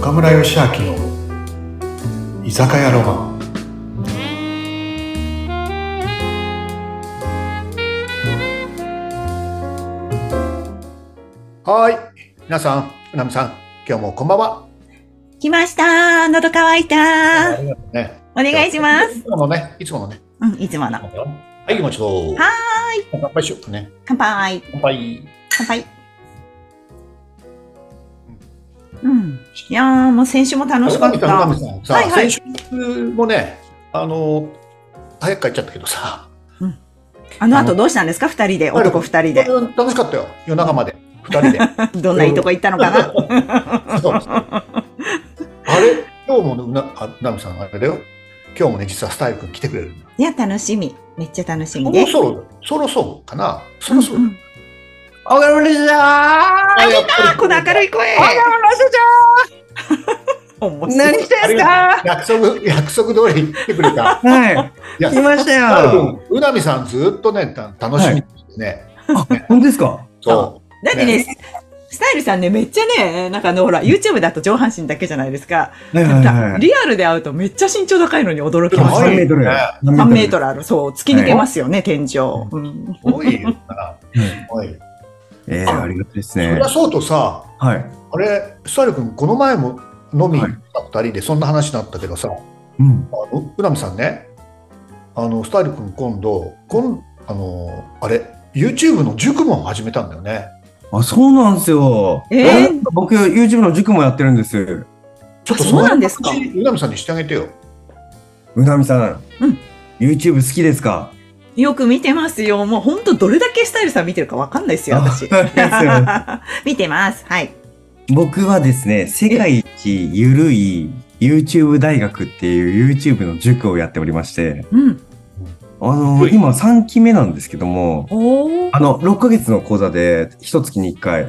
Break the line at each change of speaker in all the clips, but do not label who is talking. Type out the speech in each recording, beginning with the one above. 岡村義明の居酒屋ロマンはーい皆さんうなみさん今日もこんばんは
来ました喉乾いた
ね
お願いします
い。つものねいつものね
うん、いつもの。
はい行きましょうー
は
い乾杯しようかね
乾杯。
乾杯
乾杯。うん。いやー、もう先週も楽しかっ
うなみ
た。
さんさ、
はいはい
先週もねあの早く帰っちゃったけどさ
あの後どうしたんですか二人で、
はい
男二人で。
楽しかったよ夜中まで二人で
どんないいとこ行ったのかな。
そうそうあれ今日もねうな、あ、ナミさん、あれだよ。今日もね、実はスタイル君来てくれるんだ。
いや、楽しみ。めっちゃ楽しみ
もう
です。
そろ、そろそろかな。そろそろ。
うんうん
あがるでしゃーやっぱ
あ
り
この明るい声。面白い
何してんすか
約束、 約束通り来てくれ た。
はい。
いや
来ました
スタイル
よ。
君うなみさんずっとね、た楽しみにしてね。
本当ですか
そ
だってね、スタイルさんね、めっちゃね、なんかあの、ほら、YouTube だと上半身だけじゃないですか。
はいはいはい。
リアルで会うとめっちゃ身長高いのに驚き
う。
ました
3メートル。
3
3
メートルある。そう、突き抜けますよね、天井。うん。
すごいよな。
ル。
すごい。
ええ、ありがたいです
そ
ね
りゃ。そうとさ、
はい。
あれ、スタイル君、この前も飲みに行
はい
った二人でそんな話になったけどさ、
うん。
あのうなみさんねあのスタイル君今度今あのあれ YouTube の塾も始めたんだよね
あ、そうなんですよ。
えー
僕、YouTube の塾もやってるんです。
ちょっと
あ
そ
そう
の
なんですか。
話うなみさんにしてあげてよ
うなみさん。
うん
YouTube 好きですか
よく見てますよ。もう本当どれだけスタイルさん見てるかわかんないですよ、私。
あ
見てます。はい。
僕はですね、世界一ゆるい YouTube 大学っていう YouTube の塾をやっておりまして、
うん。
あの、今3期目なんですけども、
おお。
あの、6ヶ月の講座で、一月に1回。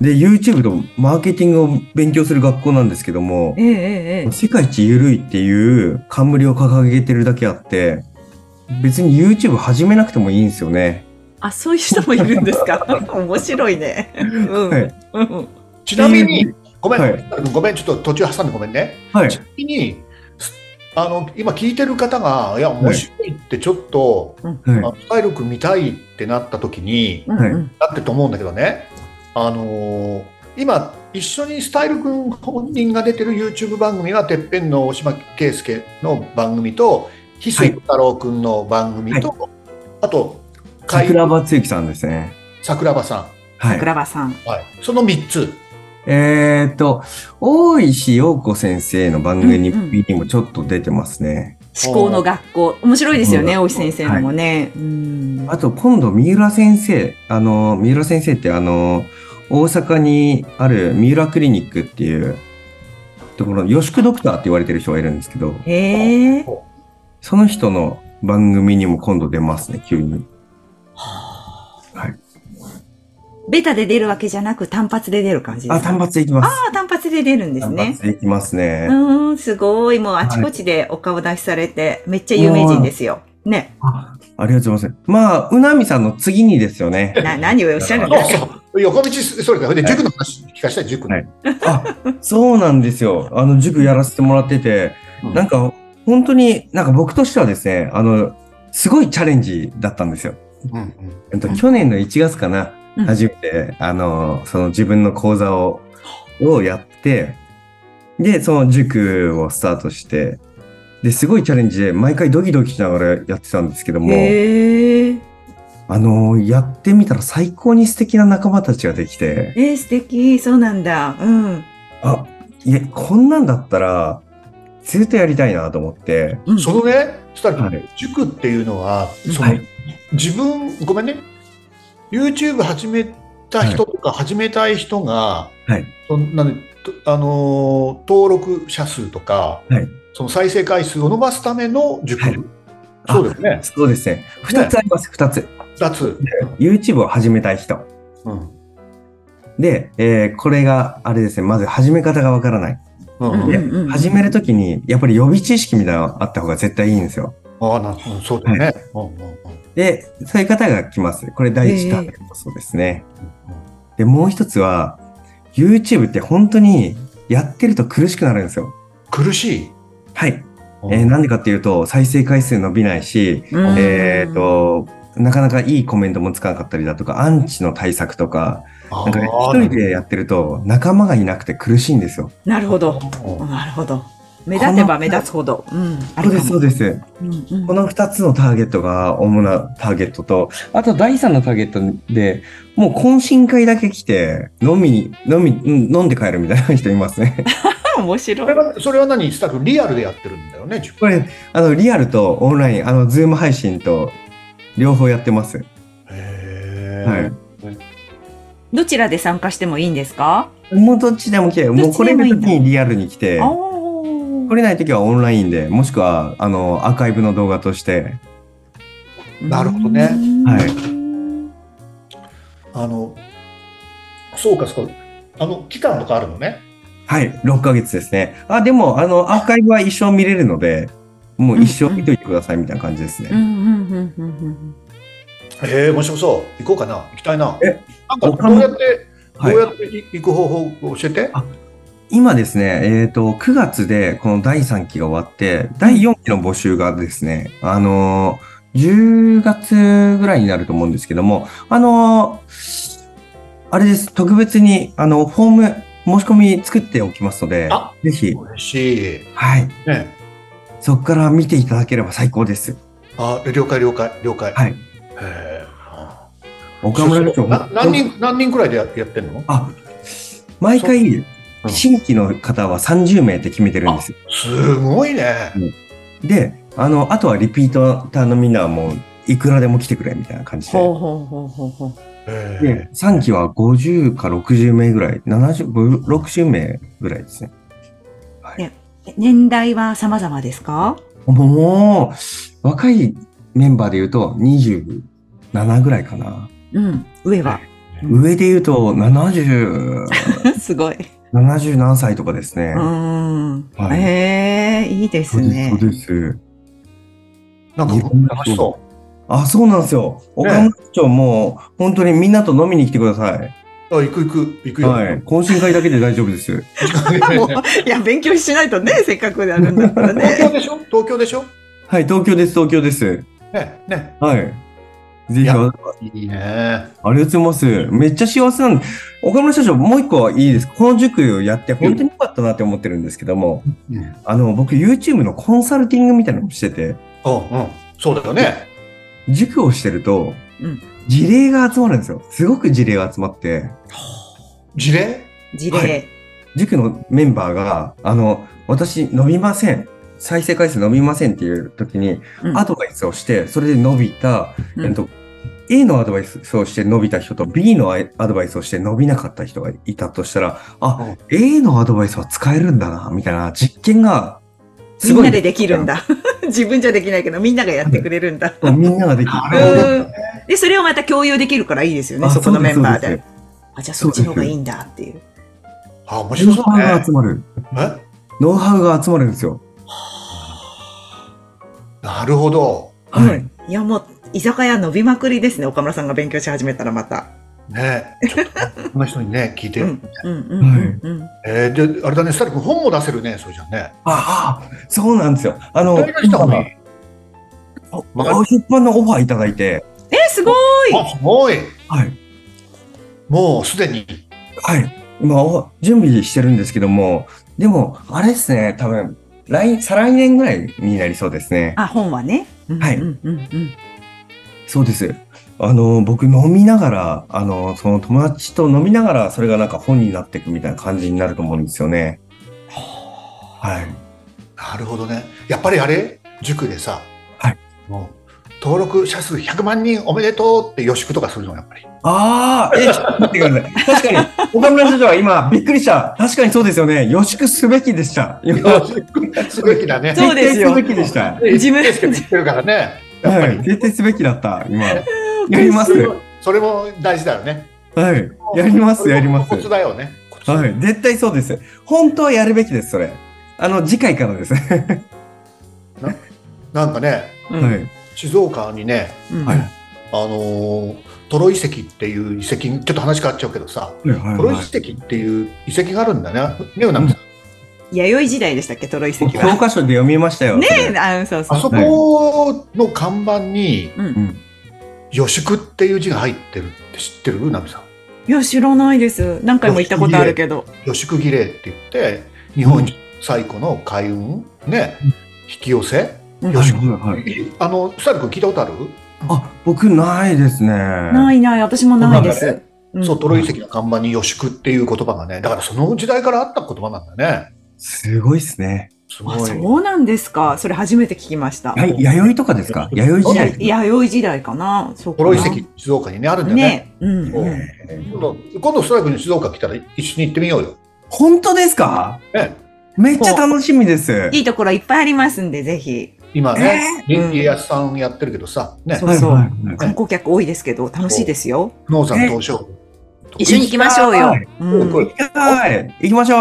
で、YouTube とマーケティングを勉強する学校なんですけども
え、ええええ。
世界一ゆるいっていう冠を掲げてるだけあって、別に YouTube 始めなくてもいいんですよね。
あ、そういう人もいるんです か。面白いね。うん。
はい
うん。
ちなみにごめん、
はい
スタイル君ごめんちょっと途中挟んでごめんね、
はい
ち。なみにすあの今聞いてる方がいや面白いってちょっと、あ
は
のスタイル君見たいってなった時に
うん
はい
うん
なってると思うんだけどねあの今一緒にスタイル君本人が出てる YouTube 番組はてっぺんの大島圭介の番組と翡翠小太郎君の番組と、あと
い。
桜
倉場つゆきさんですね。
桜庭さ
はい。
桜庭さん。
ん、はい、その3つ
えーっと、大石洋子先生の番組にもちょっと出てますね。
思考の学校。面白いですよね、
うん
大石先生のもね。うん。
あと、今度、三浦先生、あの、三浦先生って、あの、大阪にある三浦クリニックっていうところの、吉久ドクターって言われてる人がいるんですけど、
へえ。
その人の番組にも今度出ますね、急に。
ベタで出るわけじゃなく、単発で出る感じで
あ、
すか。
単発でいきます。
あー単発で出るんです
単
ね。
発でいきますね。
うーん、すごい。もうあちこちでお顔出しされて、めっちゃ有名人ですよ。ね。
あありがとうございます。まあ、うなみさんの次にですよね。
な、何をおっしゃるん
そう
だ
そう横道それからで塾の話聞かせたい塾の、
はいあ、そうなんですよ。あの、塾やらせてもらってて、
うん
なんか、本当になんか僕としてはですね、あの、すごいチャレンジだったんですよ。
うんうん
えっと、去年の1月かな、
うん
初めて、あの、その自分の講座を、をやって、で、その塾をスタートして、で、すごいチャレンジで、毎回ドキドキしながらやってたんですけども、
へえ。
あの、やってみたら最高に素敵な仲間たちができて、
えー、素敵。そうなんだ。うん。
あ、いや、こんなんだったら、ずっとやりたいなと思って、
うん
そのねスタイル君、
はい
塾っていうのはその、
はい
自分ごめんね YouTube 始めた人とか始めたい人が、
はい。
そんなのとあのー登録者数とか、
はい
その再生回数を伸ばすための塾、
はいあ
そうですね、
そうですね。二つあります、二つ。
2つ、
YouTube を始めたい人。
うん
で、えーこれが、あれですね、まず始め方がわからない。
うん
うん
うん
で
うんうん
始めるときに、やっぱり予備知識みたいなのあった方が絶対いいんですよ。
ああなうんそうだよね、うんうんうん
で、そういう方が来ます。これ第一弾もそうですね。
う
で、もう一つは、YouTube って本当にやってると苦しくなるんですよ。
苦しい。
はい。えーなんでかっていうと、再生回数伸びないし、
うん
えっ、と、なかなかいいコメントもつかなかったりだとか、アンチの対策とか、
あ
な
ー
んかね一人でやってると仲間がいなくて苦しいんですよ。
なるほど。なるほど。目立てば目立つほど。うん。あれ
そ
か
うで
も
す、そうです。
うんうん
この2つのターゲットが主なターゲットと、あと第3のターゲットで、もう懇親会だけ来て、飲みに、飲み、うん飲んで帰るみたいな人いますね。
面
それ
白い。
はそれは何スタッフリアルでやってるんだよね自
こ
分
れ、あの、リアルとオンライン、あの、ズーム配信と、両方やってます。
へー
はい。
どちらで参加してもいいんですか
もうどっちでも来て、もうこれの時
どっちでもいい
にリアルに来て、
あ
来
ー
れない時はオンラインで、もしくは、あの、アーカイブの動画として、
なるほどね
うん
はい
あのそうかそうかあの期間とかあるのね
はい、6ヶ月ですね。あ、でも、あの、アーカイブは一生見れるので、もう一生見といてくださいみたいな感じですね。
うんうんうんうんうん
へえ面白そう行こうかな行きたいな
え
なんか
他
ど
の
うやって、
はい
どうやってい行く方法を教えて
あ今ですね、えっ、と、9月でこの第3期が終わって、第4期の募集がですね、あのー10月ぐらいになると思うんですけども、あのーあれです、特別に、あの、フォーム、申し込み作っておきますので
あ、
ぜひ、
嬉しい
はい、
ね
そこから見ていただければ最高です。
あ了解了解了解
はい。
へー
岡村部
そうそう
長、
な何人何人くらいでややってんの
あ、毎回
う、ん
新規の方は30名って決めてるんですよ
すごいね
で、あの、あとはリピートターのみんなはもう、いくらでも来てくれみたいな感じ
ほう
で。
ほうほうほうほう。
へー
で、3期は50か60名ぐらい、70、60名ぐらいですね。
年代は様々ですか
もう、若いメンバーで言うと27ぐらいかな。
うん。上は。
上で言うと70、
すごい。
70何歳とかですね
う。ん。
はい
ええ、いいです
そうです、
ね
そう。です。
なんか楽しそ
あ、そうなんですよ。岡本町もう、本当にみんなと飲みに来てください。
うあ行く行く行くよ、
はい。懇親会だけで大丈夫で す。
もういや、勉強しないと ね、せっかくであるんだから
東
ね。
京でしょ東京でしょ
はい、東京です、東京です。
ねね
はい。ぜ
い
ひ、
や
あ
いいね
ありがとうございます。めっちゃ幸せなんで、岡村社長、もう一個いいですかこの塾やって本当に良かったなって思ってるんですけども、
うん
あの、僕 YouTube のコンサルティングみたいなのをしてて、
うんうんそうだよね
塾をしてると
うん、
事例が集まるんですよ。すごく事例が集まって、
事例
事
は
例
い。塾のメンバーが、あの、私伸びません。再生回数伸びませんっていう時に、
うん
アドバイスをして、それで伸びた、
うん
えっと、A のアドバイスをして伸びた人と B のアアドバイスをして伸びなかった人がいたとしたら、あ、A のアドバイスは使えるんだな、みたいな実験が、
みんなでできるん
だ。
だ。 自分じゃできないけど、みんながやってくれるんだ。
そうみんなができる。
なるほど
うんで、それをまた共有できるからいいですよね、
あ
そこのメンバー。
そう
で。
す
あ、じゃあそっちの方がいいんだっていう。
あ面
そう
白
です
そ
ノウ
う
ハウが
ね
集まる。
え
ノウハウが集まるんですよ。
なるほど
はい
うん。いや、もう、居酒屋伸びまくりですね、岡村さんが勉強し始めたらまた。
ねちょっとこんな人にね聞いて、
うん、うん、うん、うんうん。
えーであれだねスタッフ本も出せるねそれじゃね
ああ、そうなんですよ。あの、
誰がした方がいい
今
ま
あ出版のオファーいただいて、
えー、すごい
あすごい
はい。
もうすでに
はい。今、お準備してるんですけども、でも、あれですね、多分、来、再来年ぐらいになりそうですね。
あ、本はね。
はい
うん、うん、うん。
そうです。あの、僕飲みながら、あの、その友達と飲みながら、それがなんか本になっていくみたいな感じになると思うんですよね。はい。
なるほどねやっぱりあれ塾でさ、
はい、
もう登録者数100万人おめでとうって予祝とかするのやっぱり
ああ、え、ちょっと待ってください。確かに、岡村社長は今、びっくりした。確かにそうですよね。予祝すべきでした。今
すべきだね
そうですよ
絶対すべきでした。
自分
ですけど言ってるからねやっぱ
は
り、
い。絶対すべきだった。 今。やります。は
それも大事だよね
い。やります、やりま
コ
す
ツ。だよねコツ
はい。絶対そうです。本当はやるべきです、それ。あの、次回からです。は
なんかね
うん
い。
静岡にね
うん
はい
あのートロ遺跡っていう遺跡ちょっと話変わっちゃうけどさ、
はいはい
トロ遺
はい
跡っていう遺跡があるんだね。ねえ、なんか
弥生時代でしたっけ、トロ遺跡
教
は。
科書で読みましたよ。
ね
そ
え、
れ
あの、そうそ
あ
う。
そこの看板に
うん。
「予祝」っていう字が入ってるって知ってる奈美さん。
いや、知らないです。何回も行ったことあるけど。
予祝儀礼って言って日本最古の開運ね引き寄せ、
うん
よし
はいはい。
あのスタイル君聞いたことある、
あ、僕ないですね。。
ないいない、私もないで
なんか
す。うん
そうトロ遺跡の看板に「予祝」っていう言葉がねだからその時代からあった言葉なんだね
すごいですね。
すご
あ
い
そうなんですか。それ初めて聞きました。
や弥生とかですか弥生時代。
弥生時代かな。そうか
トロ
な
遺跡静岡にねあるんだよね
ね。うん
そう
うん。
今度今度ストライクに静岡来たら一緒に行ってみようよ
本当ですか
ね
めっちゃ楽しみです。
いいところいっぱいありますんで、ぜひ。
今ね
えー
家康さんやってるけどさね
そうそう
はいはいはい
観光客多いですけど、楽しいですよ。
農山東照宮
一緒に行きましょうよ
行。
うん
行こう
行きたい行きましょ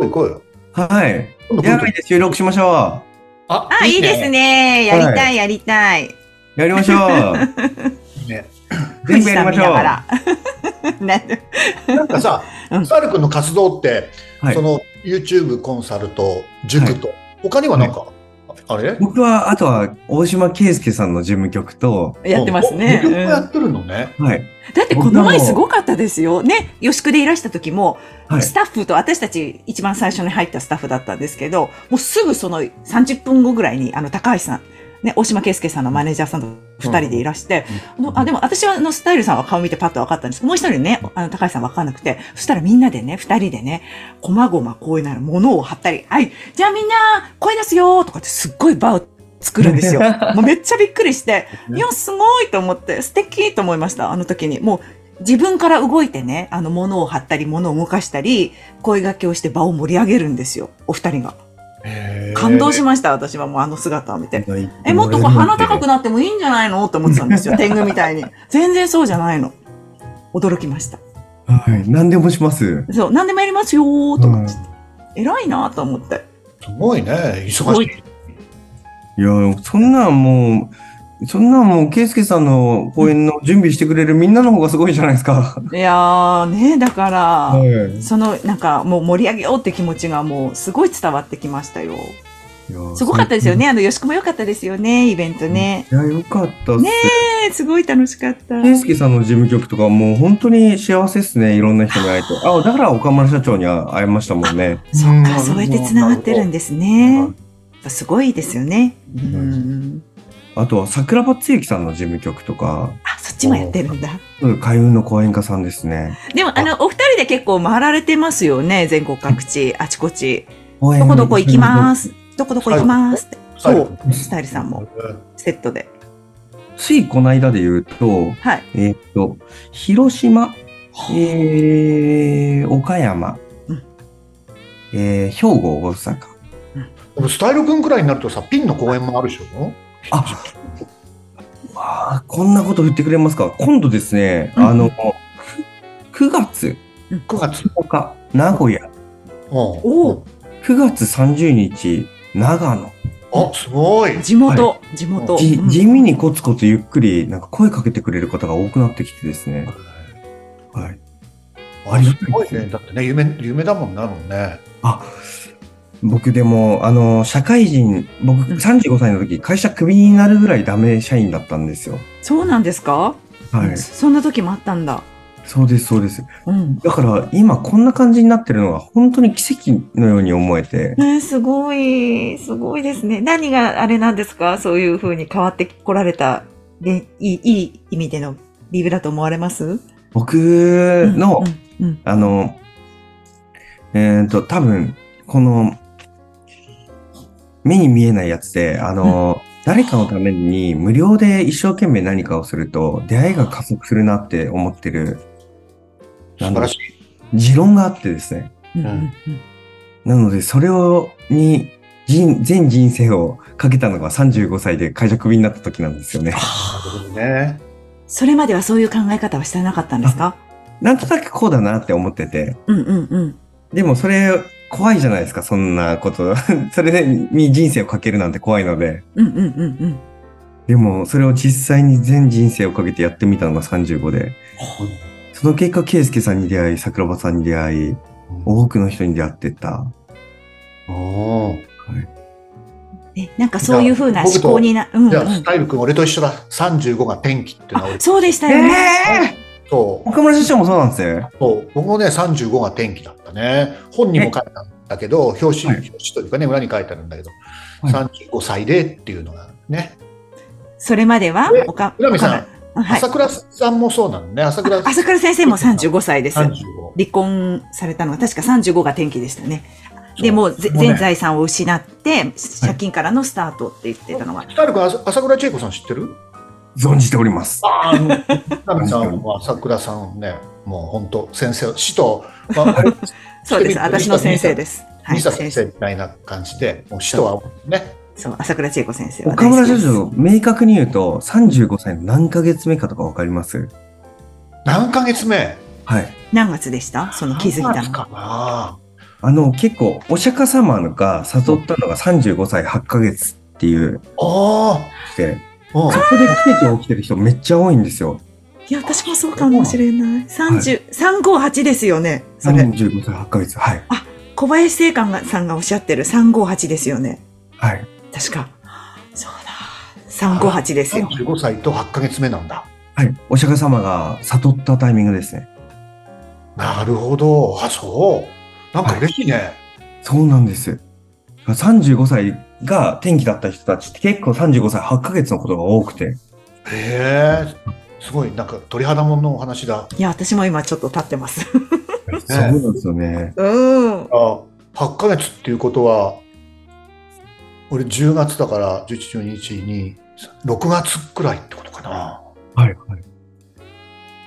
う
行こうよ
はい。
今度来
や
ると
ばいで収録しましょ
あ
あ、いいですね。やりたい、やりたい。
う。やりま しょう。
いいね
全部やりま
富士山見
しょう。
ながら なんで
なんかさ、
うん
スタイル君の活動って、
はい
その YouTube コンサルと塾と、他にはなんか、ああれ
僕は、あとは、大島圭介さんの事務局と、
やってますね。
お
う
僕もや
ん
ってるのね。
はい。
だってこの前すごかったですよ。ね、予宿でいらした時も、
はい
スタッフと私たち一番最初に入ったスタッフだったんですけど、もうすぐその30分後ぐらいに、あの、高橋さん、ね、大島圭介さんのマネージャーさんと二人でいらして、あのあでも私はあのスタイルさんは顔見てパッと分かったんですけど、もう一人ね、あの高橋さん分かんなくて、そしたらみんなでね、二人でね、こまごまこういうなら物を貼ったり、はい、じゃあみんな声出すよとかってすっごい場を作るんですよ。もうめっちゃびっくりして、いや、すごいと思って、素敵と思いました、あの時に。もう自分から動いてね、あの物を貼ったり、物を動かしたり、声掛けをして場を盛り上げるんですよ、お二人が。感動し
ま
ました、私はもうあの姿を見て。え、もっとこう鼻高くなってもいいんじゃないのって思ってたんですよ。天狗みたいに。全然そうじゃないの。驚きました。
はい。何でもします。
そう、何でもやりますよーと
う
か
ん
って、偉いなと思って。
すごいね。忙しい。
いや、そんなんもう、そんなんもう、圭介さんの公演の準備してくれるみんなの方がすごいじゃないですか。
いやー、ね、だから、
はい。
その、なんかもう盛り上げようって気持ちがもうすごい伝わってきましたよ。
いや
すごかったですよ。ね。あの、よしこも良かったですよね、イベントね。
いや、よかったっす。ね
ねすごい楽しかった。
圭介さんの事務局とかもう本当に幸せっすね。いろんな人に会えて。あ、だから岡村社長に会えましたもんね。
そっか、そうやって繋がってるんですね。
な
や
るほ
っぱすごいですよね。うんん。
あとは桜庭つゆきさんの事務局とか、
あ、そっちもやってるんだ。
うん開運の講演家さんですね。
でも、あの、お二人で結構回られてますよね。全国各地、あちこち。
講演
どこどこ行きます。どこどこ行きますって。
は
そ。
いう
スタイルさんも、セットで。
ついこの間で言うと、
はい。
えーっと、広島、えー、岡山、
うん
えー、兵庫、大阪。
でもスタイル君くらいになるとさ、ピンの公演もあるでしょ
あ、わあ、こんなこと振ってくれますか。今度ですね、
うん
あの、9月
?9 月。
10日、名古屋。
おお、
9月30日、長野。
うんあ、すごい。
地元、地元。
じ
うん
地味にコツコツゆっくり、なんか声かけてくれる方が多くなってきてですね。はい。
あ、すごいね。だってね、夢、夢だもんなもんね。
あ、僕でも、あの、社会人、僕
うん
35歳の時、会社クビになるぐらいダメ社員だったんですよ。
そうなんですか、
はい。
そそんな時もあったんだ。
そうです、そうです。
うん。
だから今こんな感じになってるのが本当に奇跡のように思えて、
ね、すごい、すごいですね。何があれなんですかそういう風に変わってこられた、で、いい、いい意味での理由だと思われます
僕
うん
の、
うんうん
あの、えっ、と、多分、この、目に見えないやつで、あの、誰かのために無料で一生懸命何かをすると、出会いが加速するなって思ってる、
素晴らしい。
持論があってですね。
うんうんうん
なので、それを、に、人全人生をかけたのが35歳で会社クビになった時なんですよね。
なるほどね。
それまではそういう考え方はしてなかったんですか
なんとなくこうだなって思ってて。
うんうんうん。
でもそれ怖いじゃないですか、そんなこと。 それに人生をかけるなんて怖いので。
うんうんうんうん。
でもそれを実際に全人生をかけてやってみたのが35で。その結果、圭介さんに出会い、桜庭さんに出会い、多くの人に出会ってった。
おー
ね、なんかそういうふうな思考にな、うん、う
じゃあ、ス
ん。
タイル君、俺と一緒だ。35が天気っていうのは
あ、そうでしたよね。
そう
岡村師匠もそうなんですね。
そう。僕もね、35が天気だったね。本にも書いたんだけど、表紙、
はい
表紙というかね、裏に書いてあるんだけど、
はい
35歳でっていうのがね。
それまでは
で、
おか、
浦見さん
岡村はい。
朝倉さんもそうなのね。朝倉
あ
さん
朝倉先生も35歳です。離
35。
婚されたのは確か35が転機でしたね。
そう
でもうぜ
そうね
全財産を失って、借金からのスタートって言ってたのは。
スタイル君、朝朝倉千恵子さん知ってる
存じております。
ああの、 浦見さんは朝倉さんね、もう本当、先生、師と、まあ
そうで
知って
す。
る
私の先生です。は
西
い。
田先
先
生
生。
みたいな感じ で、もう師とはね、
そう、朝倉千恵子先生は
岡
大好
村
きで
師
す。
匠、明確に言うと、35歳の何ヶ月目かとかわかります
何ヶ月目
はい。
何月でしたその気づいた
何月
の。
かな
あの、結構、お釈迦様が悟ったのが35歳8ヶ月っていう
あ
で、
あ、うん
そこで奇跡が起きてる人めっちゃ多いんですよ。
いや、私もそうかもしれない。30、358ですよね。それ。
35歳8ヶ月。はい。
小林正官がさんがおっしゃってる358ですよね。
はい。
確か。そうだ。358ですよ。
35歳と8ヶ月目なんだ。
はい。お釈迦様が悟ったタイミングですね。
なるほど。あ、そう。なんか嬉しいね。
そうなんです。35歳が転機だった人たちって結構35歳8ヶ月のことが多くて。
へえ。すごい、なんか鳥肌もんのお話だ。
いや、私も今ちょっと立ってます。
そうなんですよね。
うん。
あ8ヶ月っていうことは、俺10月だから、11、12、1、2、6月くらいってことかな。
はいはい。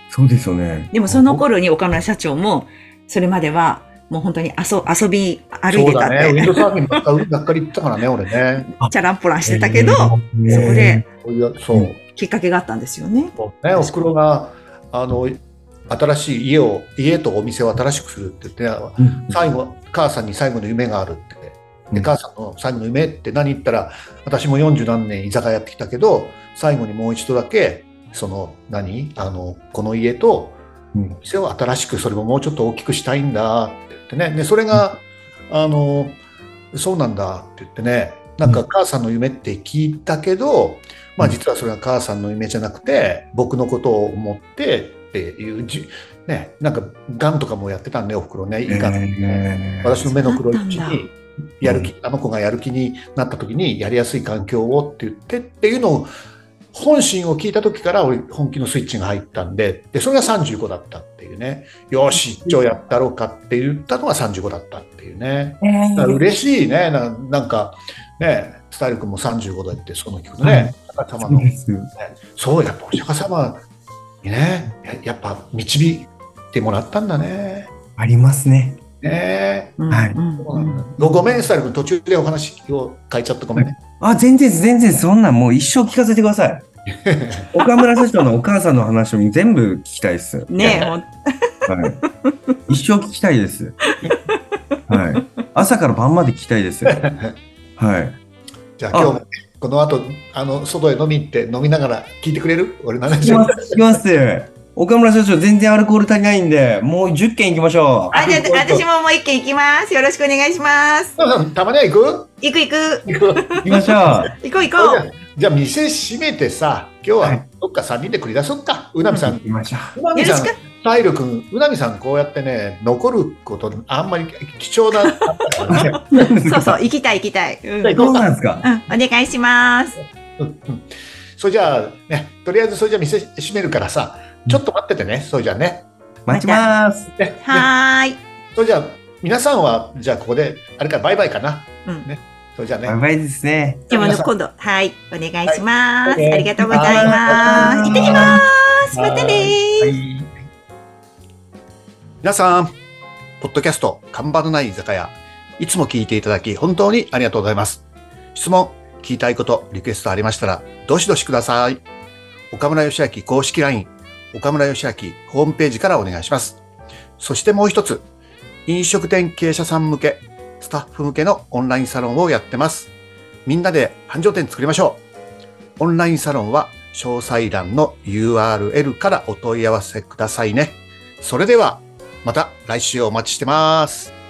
そうですよね。
でもその頃に岡村社長も、それまでは、もう本当に遊遊び歩いてたっ
そうだね。ウィン
て、
ドサーフィンばっかばっかり行ったからね、俺ね。
チャランポランしてたけど、そこ
ね
で
そういうそう。
うん
きっかけがあったんですよね。
そうね、おふくろがあの新しい家を家とお店を新しくするって言って、
うん
最後母さんに最後の夢があるって、
う
で
ん
母さんの最後の夢って何言ったら私も40何年居酒屋やってきたけど最後にもう一度だけその何あのこの家と
うん
店を新しくそれももうちょっと大きくしたいんだって言ってねでそれが、あのそうなんだって言ってねなんか母さんの夢って聞いたけど、まあ、実はそれは母さんの夢じゃなくて僕のことを思ってっていうじ、ね、なんかがんとかもやってたんでおふくろねいいか
えー
私の目の黒いうち
そうなん
にやる気、あの子がやる気になった時にやりやすい環境をって言ってっていうのを本心を聞いた時から俺本気のスイッチが入ったんででそれが35だったっていうねよし一応やったろうかって言ったのが35だったっていうねだから嬉しいねななんかねスタイル君も35だってその聞くとね、お釈迦様
そう
の
ですよ
そうやっぱお釈迦様にねややっぱ導いてもらったんだね
ありますね。
ね
うん
はい
うん
そうなんだごごめん、スタイル君、途中でお話を変えちゃってごめんね。
あ、全然全然そんなんもう一生聞かせてくださ い。岡村社長のお母さんの話も全部聞きたいです。は
ねえ、ほん
い、一生聞きたいです。はい。朝から晩まで聞きたいです。はい。
じゃあ、
あ
今日もねこの後あの外へ飲み行って飲みながら聞いてくれる俺の
聞
話
きます。聞きます。岡村社長全然アルコール足りないんで、もう10軒行きましょ
あ、じゃあ私ももう一軒行きます。よろしくお願いします。
たまには行
行く行
く
く。
行く
う。行きましょう。
行こう行こう。
じゃあ、店閉めてさ、今日
は
はいどっか3人で繰り 出そっか。うなみさ
行
ん、
きましょ
うなみさん、
よろし
スタイル君、うなみさん、こうやってね、残ること、あんまり貴重な。ね
う。
そうそう、行きたい行きたい。うん、う
じゃあ
ん
行こ
ど
う
う
か
なんですか
お願いします。
うんうんそれじゃあ、ね、とりあえずそれじゃあ店閉めるからさ、ちょっと待っててね、それじゃあね。
待ちます。
ねね
はーい。
それじゃあ皆さんはじゃあここであれからバイバイかな。
うん
ね。それじゃあね。
やばいですね。
でもあの
皆さん
今度、はい、お願いしま
は
す。
い
ありがとうございます。行ってきます。
はい
またねー。
はい皆さん、ポッドキャスト、看板のない居酒屋、いつも聞いていただき、本当にありがとうございます。質問、聞きたいこと、リクエストありましたら、どしどしください。岡村義明公式 LINE、岡村義明ホームページからお願いします。そしてもう一つ、飲食店経営者さん向け、スタッフ向けのオンラインサロンをやってます。みんなで繁盛店作りましょう。オンラインサロンは詳細欄の URL からお問い合わせくださいね。それでは、また来週お待ちしてます。